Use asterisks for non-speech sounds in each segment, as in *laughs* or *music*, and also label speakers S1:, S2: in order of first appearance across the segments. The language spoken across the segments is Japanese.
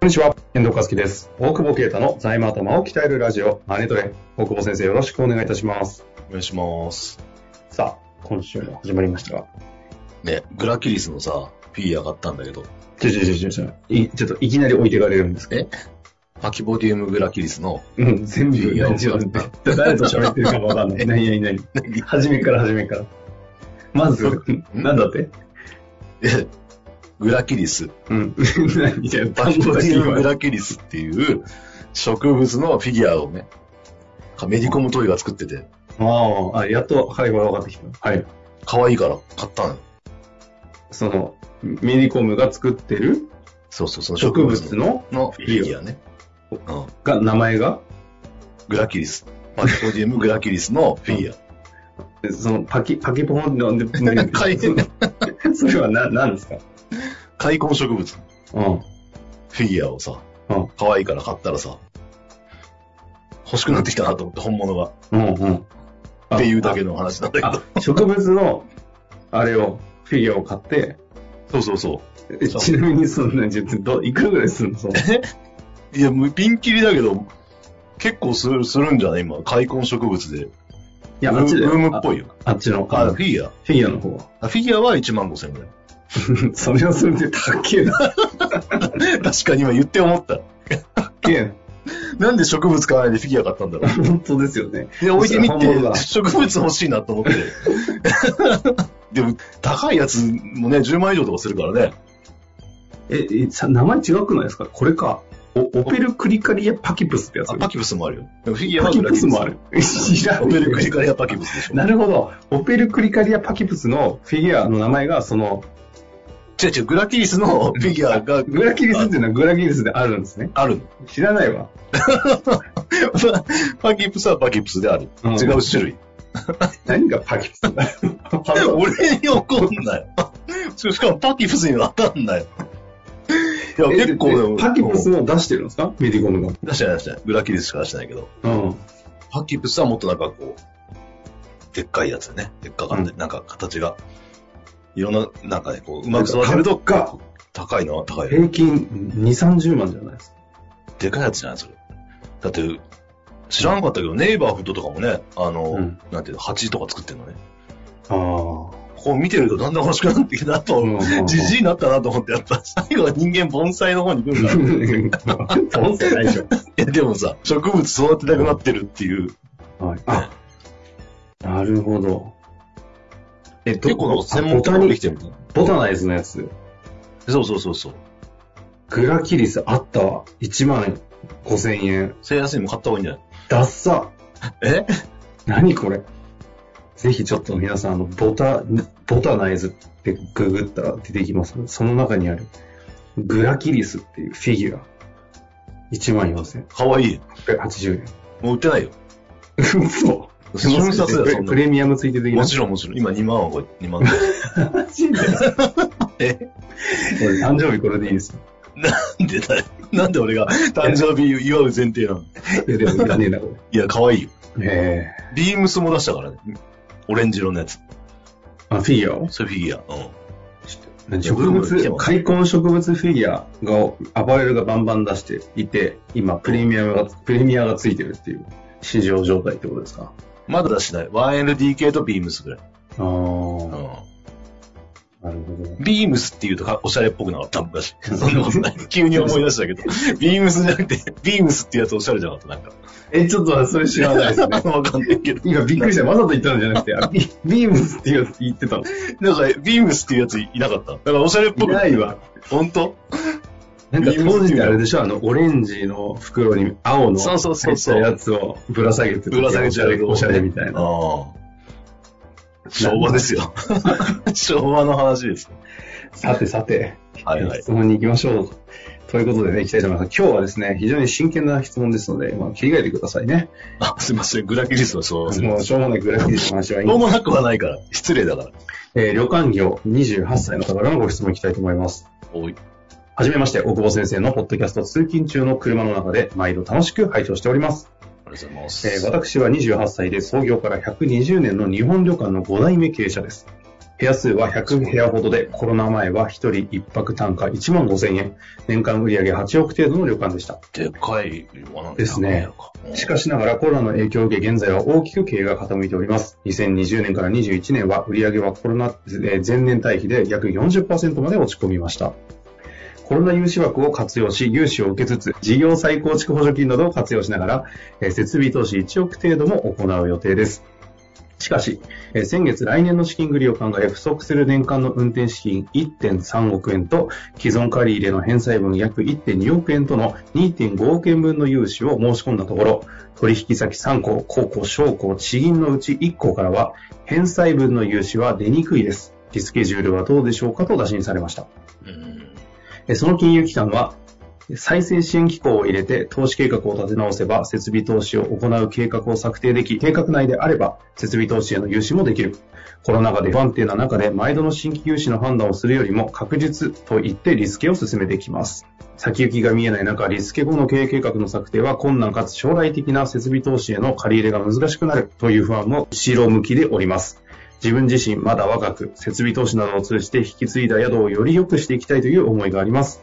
S1: こんにちは、遠藤和樹です。大久保啓太の財務頭を鍛えるラジオ、マネトレ。大久保先生、よろしくお願いいたします。
S2: お願いします。
S1: さあ、今週も始まりましたが。
S2: ね、グラキリスのさ、P 上がったんだけど、
S1: ちょちょちょちょちょ、いちょっといきなり置いてかれるんですけど。
S2: パキボディウムグラキリスの、
S1: うん、全部、
S2: いや
S1: 何
S2: わかんない
S1: 誰と喋ってるかわかんない。 *laughs* 何々何初めから初めから。まず、なんだって
S2: えグラキリス、
S1: *laughs* うん。何じゃあ
S2: パ
S1: 単
S2: キ
S1: 語
S2: ボ
S1: だ
S2: デ
S1: け
S2: ィウ
S1: 言
S2: ムグ
S1: わ
S2: ラキリスっていう植物のフィギュアをね、メディコムトイが作ってて、
S1: ああ、あやっと、はい、わかってきた。はい。
S2: 可愛いから買ったのよ。
S1: その、メディコムが作ってる
S2: そうそう、その
S1: 植物の
S2: のフィギュアね。うん、
S1: が、名前が
S2: グラキリス。パキボディウムグラキリスのフィギュ
S1: でそのパキ、パキポンなんで、 *laughs*
S2: ア。開墾、
S1: それはな、なんですか
S2: 開墾植物。
S1: うん。
S2: フィギュアをさ
S1: うん、
S2: 可愛いから買ったらさ、欲しくなってきたなと思って、本物が。
S1: うんうん。
S2: っていうだけの話なんだけど。
S1: あ。あ、植物の、あれを、フィギュアを買って、
S2: そうそうそ
S1: え
S2: そう
S1: ちなみにそんな、ちょっとど、いくらぐらいするのその
S2: う。いや、もうピンキリだけど、結構するするんじゃない今、開墾植物で。い
S1: いや、
S2: ブ
S1: あっち
S2: ー
S1: だよ。
S2: ブームっぽいよ。
S1: ああっちの、
S2: あ、
S1: あ
S2: フ
S1: フ
S2: ィギュ
S1: ィギュアの方は。 *laughs*
S2: ア。フィギュアは1万5千円ぐらい。
S1: それはそれで高えな。
S2: *laughs* 確かに今言って思った。
S1: 高えな。
S2: なんで植物買わないでフィギュア買ったんだ *laughs* ろう。
S1: 本当ですよね。
S2: で、置いてみ
S1: 本物だ
S2: て、植物欲しいなと思って。 *laughs* でも、高いやつもね、10万以上とかするからね。
S1: え、えさ名前違くないですかこれか。おオペルクリカリアパキプスってやつ。
S2: あパキプスもあるよ。でもフィギュア
S1: パ
S2: は
S1: キプスも
S2: あ
S1: *laughs* ある。知らん
S2: オペルクリカリアパキプスでしょ。
S1: なるほど。オペルクリカリアパキプスのフィギュアの名前が、その、
S2: 違う違う、グラキリスのフィギュアが
S1: グラキリスっていうのはグラキリスであるんですね。
S2: あるの。
S1: 知らないわ。
S2: *laughs* パキプスはパキプスである。
S1: うん
S2: 違う種類。
S1: 何がパキプスだ
S2: *laughs* 俺に怒んなよ。しかもパキプスには当たんなよ。いや、
S1: え
S2: 結構でも
S1: えパキプスも出してるんですかメディコムが。
S2: 出してない出してない。グラキリスしか出してないけど。
S1: うん。
S2: パキプスはもっとなんかこう、でっかいやつね。でっかかって、なんか形が。いろんな、なんかね、こう、うまく育てると、
S1: か
S2: 高いのは高い。
S1: 平均2、30万じゃないですか。
S2: でかいやつじゃないそれ。だって、知らなかったけど、ネイバーフットとかもね、あの、
S1: うん
S2: なんていうの、鉢とか作ってるのね。
S1: ああ。
S2: こう見てるとだんだん欲しくなってきたなと思う
S1: *laughs*
S2: じじいになったな *laughs* と思って、やっぱ最後は人間盆栽の方に行くんだ。い *laughs*
S1: 本当ないでしょ。
S2: や、でもさ、植物育てたくなってるっていう。
S1: *laughs* はい。あ、なるほど。え、
S2: 結構なんか専門家
S1: あボタ
S2: に
S1: ニ
S2: 来てるみたい
S1: ボタナイズのやつ。
S2: そうそうそうそう。
S1: グラキリスあったわ。1万5千円。
S2: セイヤスにも買った方がいいんじゃ
S1: ダッサ
S2: ないえ
S1: 何これぜひちょっと皆さん、あの、ボタ、ボタナイズってググったら出てきます、その中にある、グラキリスっていうフィギュア。14,880
S2: かわいい。
S1: 円。
S2: もう売ってないよ。
S1: 嘘
S2: 瞬殺だよ、そんな
S1: プレミアムついててき
S2: の。も
S1: ま
S2: ち
S1: す。
S2: ろんもちろん。今2万はこれ、2万ぐらい。 *laughs*
S1: マジ *laughs* で
S2: え
S1: 俺誕生日これでいい
S2: *laughs*
S1: ですよ。
S2: なんでだよなんで俺が誕生日祝う前提なの
S1: いや、でもいらねえな、こ
S2: いや、かわいいよ。
S1: れ。え
S2: ビームスも出したからね。オレンジ色のやつ。
S1: えあ、フィギュアを
S2: そういうフィギュア。うん。
S1: 植
S2: ブーム来て
S1: 物、
S2: ます
S1: 開墾植物フィギュアが、アパレルがバンバン出していて、今、プレミアムが、プレミアがついてるっていう市場状態ってことですか
S2: まだ出してない。1LDK とビームスぐらい。
S1: ああ、
S2: う。
S1: なんるほど。
S2: ビームスって言うとかおしゃれっ *laughs* ぽくなかった昔。そんなことない。急に思い出したけど。ビームスじゃなくて、ビームスってやつおしゃれじゃなかった。なんか。
S1: え、ちょっとそれ知らないです *laughs* ね。
S2: *laughs* わかんないけど。
S1: 今びっくりした。わざと言ったんじゃなくて、あビビームスって言う言ってたの。
S2: なんか、ビームスっていうやついなかった。だからおしゃれっぽく。
S1: ないわ。
S2: ほんと
S1: なんか当時ってあれでしょあの、オレンジの袋に青の
S2: そうそうそうそう
S1: 入ったやつをぶら下げて
S2: ぶら下げて
S1: おしゃれみたいな。
S2: ああ。昭和ですよ。 *laughs* 昭和の話です。
S1: さてさて、
S2: はいはい。
S1: 質問に行きましょう。ということでね、行きたいと思います。今日はですね、非常に真剣な質問ですので、まあ、切り替えてくださいね。
S2: あ、すいません。グラキリスのそう。し
S1: もう、しょうもないグラフィーの話はいいん
S2: ょう
S1: で
S2: もなくはないから。失礼だから。
S1: えー旅館業28歳の方からのご質問いきたいと思います。
S2: おい。
S1: はじめまして、大久保先生のポッドキャスト通勤中の車の中で毎度楽しく拝聴しております。
S2: ありがとうございま
S1: え
S2: す。
S1: ー私は28歳で創業から120年の日本旅館の5代目経営者です。部屋数は100部屋ほどで、コロナ前は1人1泊単価1万5千円、年間売上8億程度の旅館でした。
S2: でかい岩なん
S1: ですね。しかしながらコロナの影響を受け、現在は大きく経営が傾いております。2020年から21年は売上はコロナえー前年対比で約40%まで落ち込みました。コロナ融資枠を活用し、融資を受けつつ、事業再構築補助金などを活用しながら、えー設備投資1億程度も行う予定です。しかし、えー先月来年の資金繰りを考え、不足する年間の運転資金1.3億円と、既存借り入れの返済分約1.2億円との2.5億円分の融資を申し込んだところ、取引先3校、高校、商校、地銀のうち1校からは、返済分の融資は出にくいです。リスケジュールはどうでしょうかと打診されました。
S2: うん。
S1: えその金融機関は、再生支援機構を入れて投資計画を立て直せば、設備投資を行う計画を策定でき、計画内であれば、設備投資への融資もできる。コロナ禍で不安定な中で、毎度の新規融資の判断をするよりも、確実と言ってリスケを進めてきます。先行きが見えない中、リスケ後の経営計画の策定は困難かつ将来的な設備投資への借り入れが難しくなるという不安も後ろ向きでおります。自分自身まだ若く、設備投資などを通じて引き継いだ宿をより良くしていきたいという思いがあります。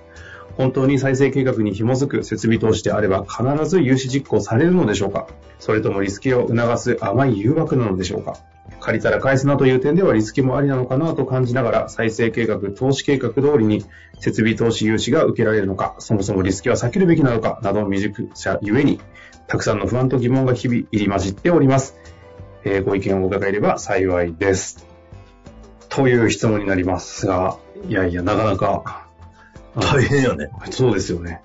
S1: 本当に再生計画に紐づく設備投資であれば必ず融資実行されるのでしょうかそれともリスケを促す甘い誘惑なのでしょうか借りたら返すなという点ではリスケもありなのかなと感じながら再生計画、投資計画通りに設備投資融資が受けられるのか、そもそもリスケは避けるべきなのかなど未熟者ゆえに、たくさんの不安と疑問が日々入り混じっております。えーご意見を伺えれば幸いです。という質問になりますが、いやいや、なかなか、
S2: 大変よね。
S1: そうですよね。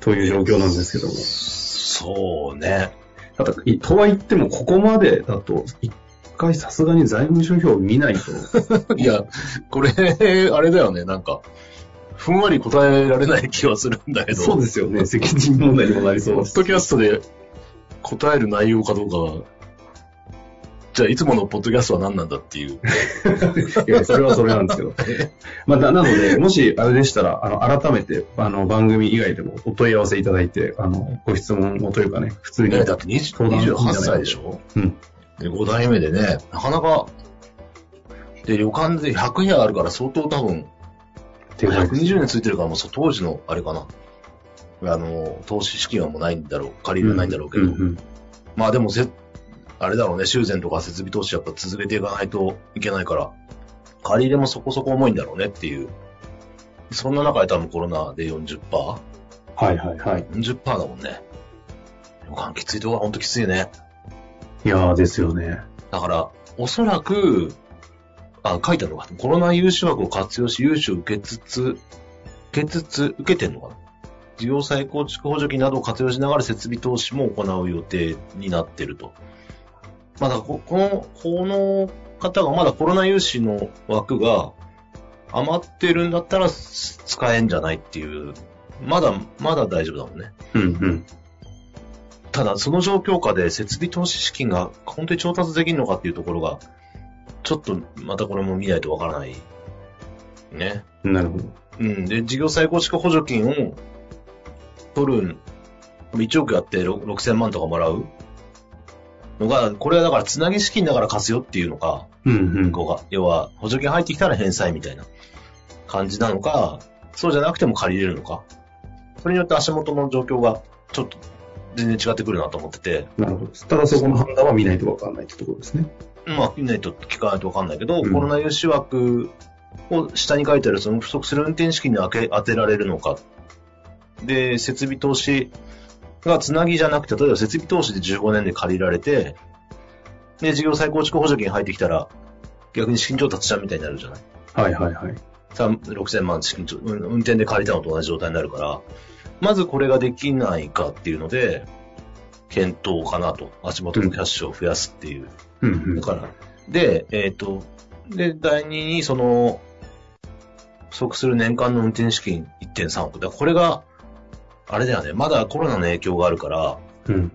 S1: という状況なんですけども。
S2: そうね。
S1: ただ、いとは言っても、ここまでだと、一回さすがに財務諸表を見
S2: *laughs*
S1: ないと。
S2: いや、これ、あれだよね、なんか、ふんわり答えられない気はするんだけど、
S1: そうですよね。責任問題にもなりそう
S2: ポ
S1: で
S2: ッ
S1: す。
S2: ドキャストで答える内容かどうかは、じゃあいつものポッドキャストは何なんだっ
S1: *laughs*
S2: ていう。
S1: いや、それはそれなんですけど。まあ、ななので、もし、あれでしたら、あの、改めて、あの、番組以外でもお問い合わせいただいて、あの、ご質問をというかね、普通に。
S2: ね、だって20 28歳でしょ
S1: うん。
S2: で、5代目でね、なかなか、で、旅館で100部屋あるから相当多分、
S1: 手応えです
S2: 120年ついてるからもうそう当時の、あれかな。あの、投資資金はもうないんだろう、借り入れないんだろうけど、
S1: んん
S2: まあでもせ、あれだろうね、修繕とか設備投資やっぱ続けていかないといけないから、借り入れもそこそこ重いんだろうねっていう。そんな中で多分コロナで 40%?40%
S1: はいはいはい。
S2: だもんね。旅館きついとこはほんときついね。
S1: いやーですよね。
S2: だから、おそらく、あ、書いてあるのか。コロナ融資枠を活用し、融資を受けつつ、受けつつ、受けてんのかな事業再構築補助金などを活用しながら設備投資も行う予定になってると。まあだからこ、この、この方がまだコロナ融資の枠が余ってるんだったらす使えんじゃないっていう、まだ、まだ大丈夫だもんね。
S1: うんうん。
S2: ただ、その状況下で設備投資資金が本当に調達できるのかっていうところが、ちょっとまたこれも見ないとわからない。ね。
S1: なるほど。
S2: うん。で、事業再構築補助金を取る、1億やって6 6000万とかもらうのが、これはだからつなぎ資金だから貸すよっていうのか、
S1: うんうん。
S2: こうが要は補助金入ってきたら返済みたいな感じなのか、そうじゃなくても借りれるのか。それによって足元の状況がちょっと全然違ってくるなと思ってて、
S1: なるほど。ただそこの判断は見ないとわかんないってところですね。
S2: まあ、見ないと聞かないとわかんないけど、
S1: うん
S2: コロナ融資枠を下に書いてある、その不足する運転資金に当て当てられるのか。で、設備投資がつなぎじゃなくて、例えば設備投資で15年で借りられて、で、事業再構築補助金入ってきたら、逆に資金調達者みたいになるじゃない。
S1: はいはいはい。
S2: 3 6000万資金調、うん運転で借りたのと同じ状態になるから、まずこれができないかっていうので、検討かなと。足元のキャッシュを増やすっていう。
S1: うんうん
S2: だ。から、で、えっ、と、で、第2に、その、不足する年間の運転資金1.3億。だからこれが、あれだよね、まだコロナの影響があるから、
S1: うん。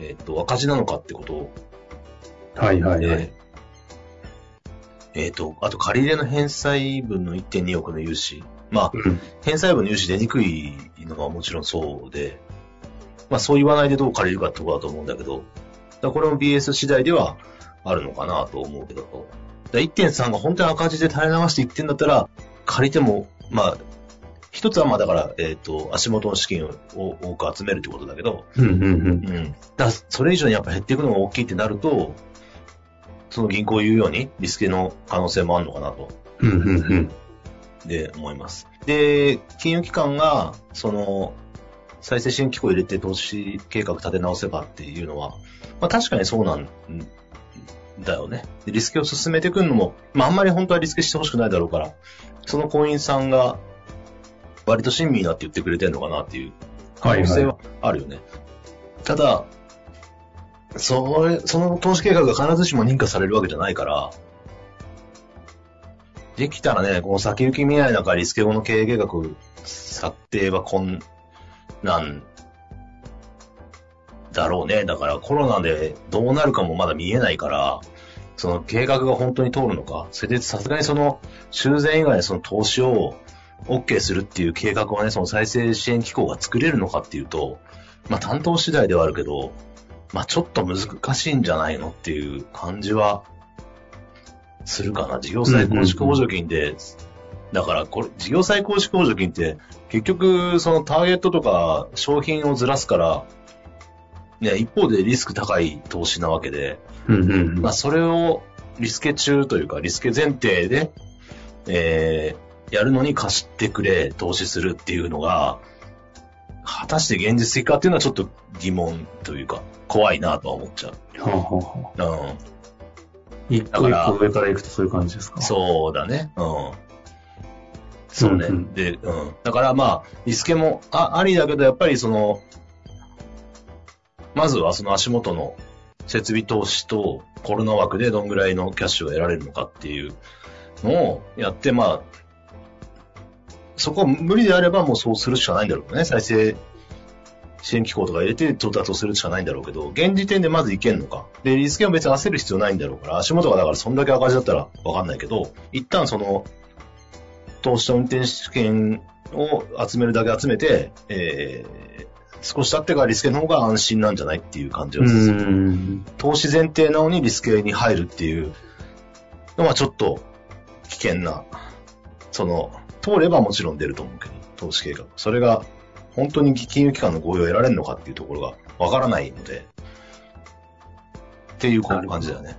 S2: えっ、と、赤字なのかってことを、
S1: はいはいはい。
S2: ねえっ、と、あと借り入れの返済分の1.2億の融資。まあ、
S1: うん。
S2: 返済分の融資出にくいのはもちろんそうで、まあそう言わないでどう借りるかってことだと思うんだけど、だからこれも BS 次第ではあるのかなと思うけど、だから1.3が本当に赤字で垂れ流していってんだったら、借りても、まあ、一つはまあだから、えっ、と、足元の資金を多く集めるってことだけど、
S1: うんうんうん。
S2: うん。だそれ以上にやっぱ減っていくのが大きいってなると、その銀行言うようにリスケの可能性もあるのかなと。
S1: うんうんうん。
S2: で思います。で、金融機関が、その、再生支援機構を入れて投資計画立て直せばっていうのは、まあ確かにそうなんだよね。でリスケを進めていくのも、まああんまり本当はリスケしてほしくないだろうから、その婚姻さんが、割と親身になって言ってくれてるのかなっていう可能性はあるよね。ただ、それ、その投資計画が必ずしも認可されるわけじゃないから、できたらね、この先行き見ない中、リスケ後の経営計画策定はこんなんだろうね。だからコロナでどうなるかもまだ見えないから、その計画が本当に通るのか、それでさすがにその修繕以外のその投資を OK するっていう計画はね、その再生支援機構が作れるのかっていうと、まあ担当次第ではあるけど、まあちょっと難しいんじゃないのっていう感じはするかな。事業再構築補助金で、だからこれ、事業再構築補助金って結局そのターゲットとか商品をずらすから、ね、一方でリスク高い投資なわけで、
S1: うんうんうん
S2: まあ、。それをリスケ中というか、リスケ前提で、えー、やるのに貸してくれ、投資するっていうのが、果たして現実的かっていうのはちょっと疑問というか、怖いなとは思っちゃう。
S1: はあはあはあ
S2: う
S1: 一個一個上から行くとそういう感じですか
S2: ん。そうだね。うん。そうね。
S1: うんうん
S2: で、うん。だからまあ、リスケもあありだけど、やっぱりその、まずはその足元の設備投資とコロナ枠でどんぐらいのキャッシュを得られるのかっていうのをやって、まあ、そこ無理であればもうそうするしかないんだろうね。再生支援機構とか入れて到達をするしかないんだろうけど、現時点でまずいけんのか。で、リスケも別に焦る必要ないんだろうから、足元がだからそんだけ赤字だったらわかんないけど、一旦その、投資と運転資金を集めるだけ集めて、えー、少し経ってからリスケの方が安心なんじゃないっていう感じ
S1: う
S2: がする。
S1: ん。
S2: 投資前提なのにリスケに入るっていうのはちょっと危険な、その、通ればもちろん出ると思うけど、投資計画。それが本当に金融機関の合意を得られるのかっていうところがわからないので、っていうこういう感じだよね。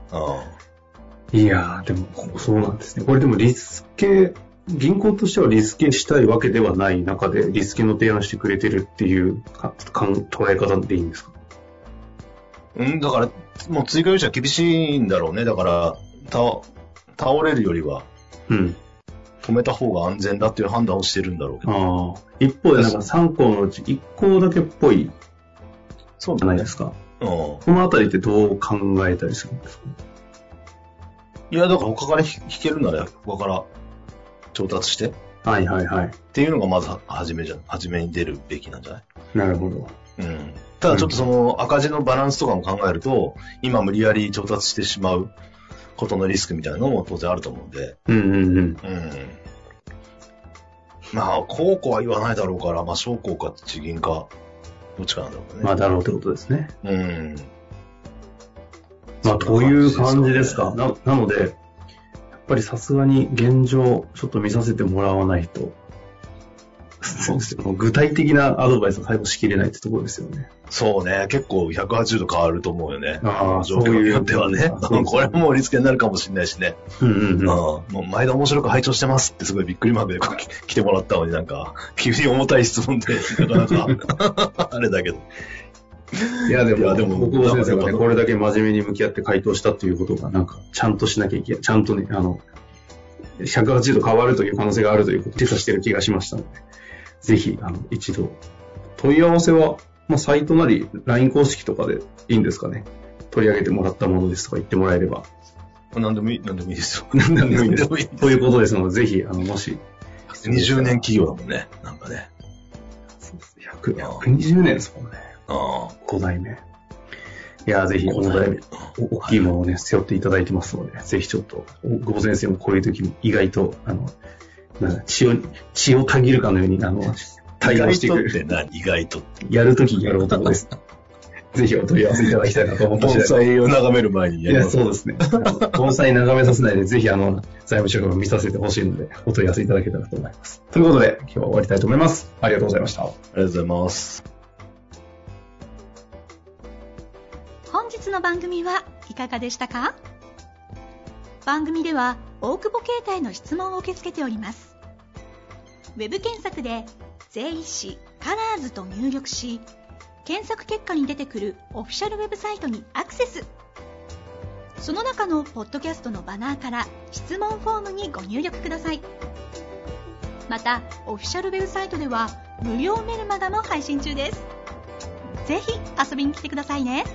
S1: いやー、でも、こそうなんですね。これでもリスケ、銀行としてはリスケしたいわけではない中で、リスケの提案してくれてるっていうかかん捉え方でいいんですか
S2: うん。うん、だから、もう追加融資は厳しいんだろうね。だから、た倒れるよりは
S1: うん。
S2: 止めた方が安全だっていう判断をしてるんだろうけど。
S1: ああ。一方で、なんか3項のうち1項だけっぽい
S2: そう
S1: じゃないですか。
S2: うん。
S1: このあたりってどう考えたりするんですか
S2: いや、だから他から引引けるなら、他から調達してっ
S1: はいはいはい。
S2: ていうのがまずは初めじゃ、初めに出るべきなんじゃない
S1: なるほど。
S2: うん。ただちょっとその赤字のバランスとかも考えると、今無理やり調達してしまうことのリスクみたいなのも当然あると思うんで、
S1: うんうんうん。
S2: うん。まあ、高校は言わないだろうから、まあ、商工か地銀か、どっちかなんだろうね。
S1: まあ、だろうってことですね。
S2: うん。
S1: まあ、という感じですか。
S2: そんな
S1: ななので、やっぱりさすがに現状、ちょっと見させてもらわないと、そうですね。具体的なアドバイスを最後しきれないってところですよね。
S2: そうね。結構180度変わると思うよね。
S1: あ
S2: 状況によってはね。 *laughs* これ。もリスケになるかもしれないしね。
S1: そういううんうんうん。
S2: ああ、もう毎度面白く拝聴してますってすごいびっくりマークでこうき来てもらったのになんか、 *laughs* 急に重たい質問で、なかな
S1: *laughs*
S2: か、あれだけど。
S1: いや、で
S2: いや
S1: も、
S2: で
S1: で
S2: も
S1: も、国語先生が
S2: なん
S1: ね、
S2: か
S1: これだけ真面目に向き合って回答したっていうことが、なんか、ちゃんとしなきゃいけない。ちゃんとね、あの、180度変わるという可能性があるということを示唆してる気がしましたので、ぜひ、あの、一度、問い合わせは、まあ、サイトなり、LINE 公式とかでいいんですかね。取り上げてもらったものですとか言ってもらえれば、
S2: 何でもいい、何でもいいで
S1: *laughs*
S2: すよ。
S1: 何でもいいです
S2: 何でもいい。
S1: ということですので、ぜひ、あの、もし、
S2: 20年企業だもんね。なんかね。
S1: 100 120年ですもんね。
S2: ああ。
S1: 5代目。いやー、ぜひ、
S2: 五
S1: 5
S2: 代
S1: 代
S2: 目
S1: 目。お大きいものをね、背負っていただいてますので、ぜひちょっと、お久保先生もこういう時に意外と、あの、なんだ血を、血をたぎるかのように、あの、対応してくれ
S2: 意外とって
S1: る。
S2: 何意外と。
S1: やるときやる男です。ぜひお問い合わせいただきたいなと思って
S2: 盆栽を眺める前にや
S1: い
S2: り
S1: や、
S2: ます。
S1: そうですね。あの盆栽眺めさせないで、ぜひ、あの、財務省を見させてほしいので、お問い合わせいただけたらと思います。ということで、今日は終わりたいと思います。ありがとうございました。
S2: ありがとうございます。
S3: 本日の番組はいかがでしたか番組では大久保携帯の質問を受け付けておりますウェブ検索で「税理士カラーズと入力し検索結果に出てくるオフィシャルウェブサイトにアクセスその中のポッドキャストのバナーから質問フォームにご入力くださいまたオフィシャルウェブサイトでは無料メルマガも配信中ですぜひ遊びに来てくださいね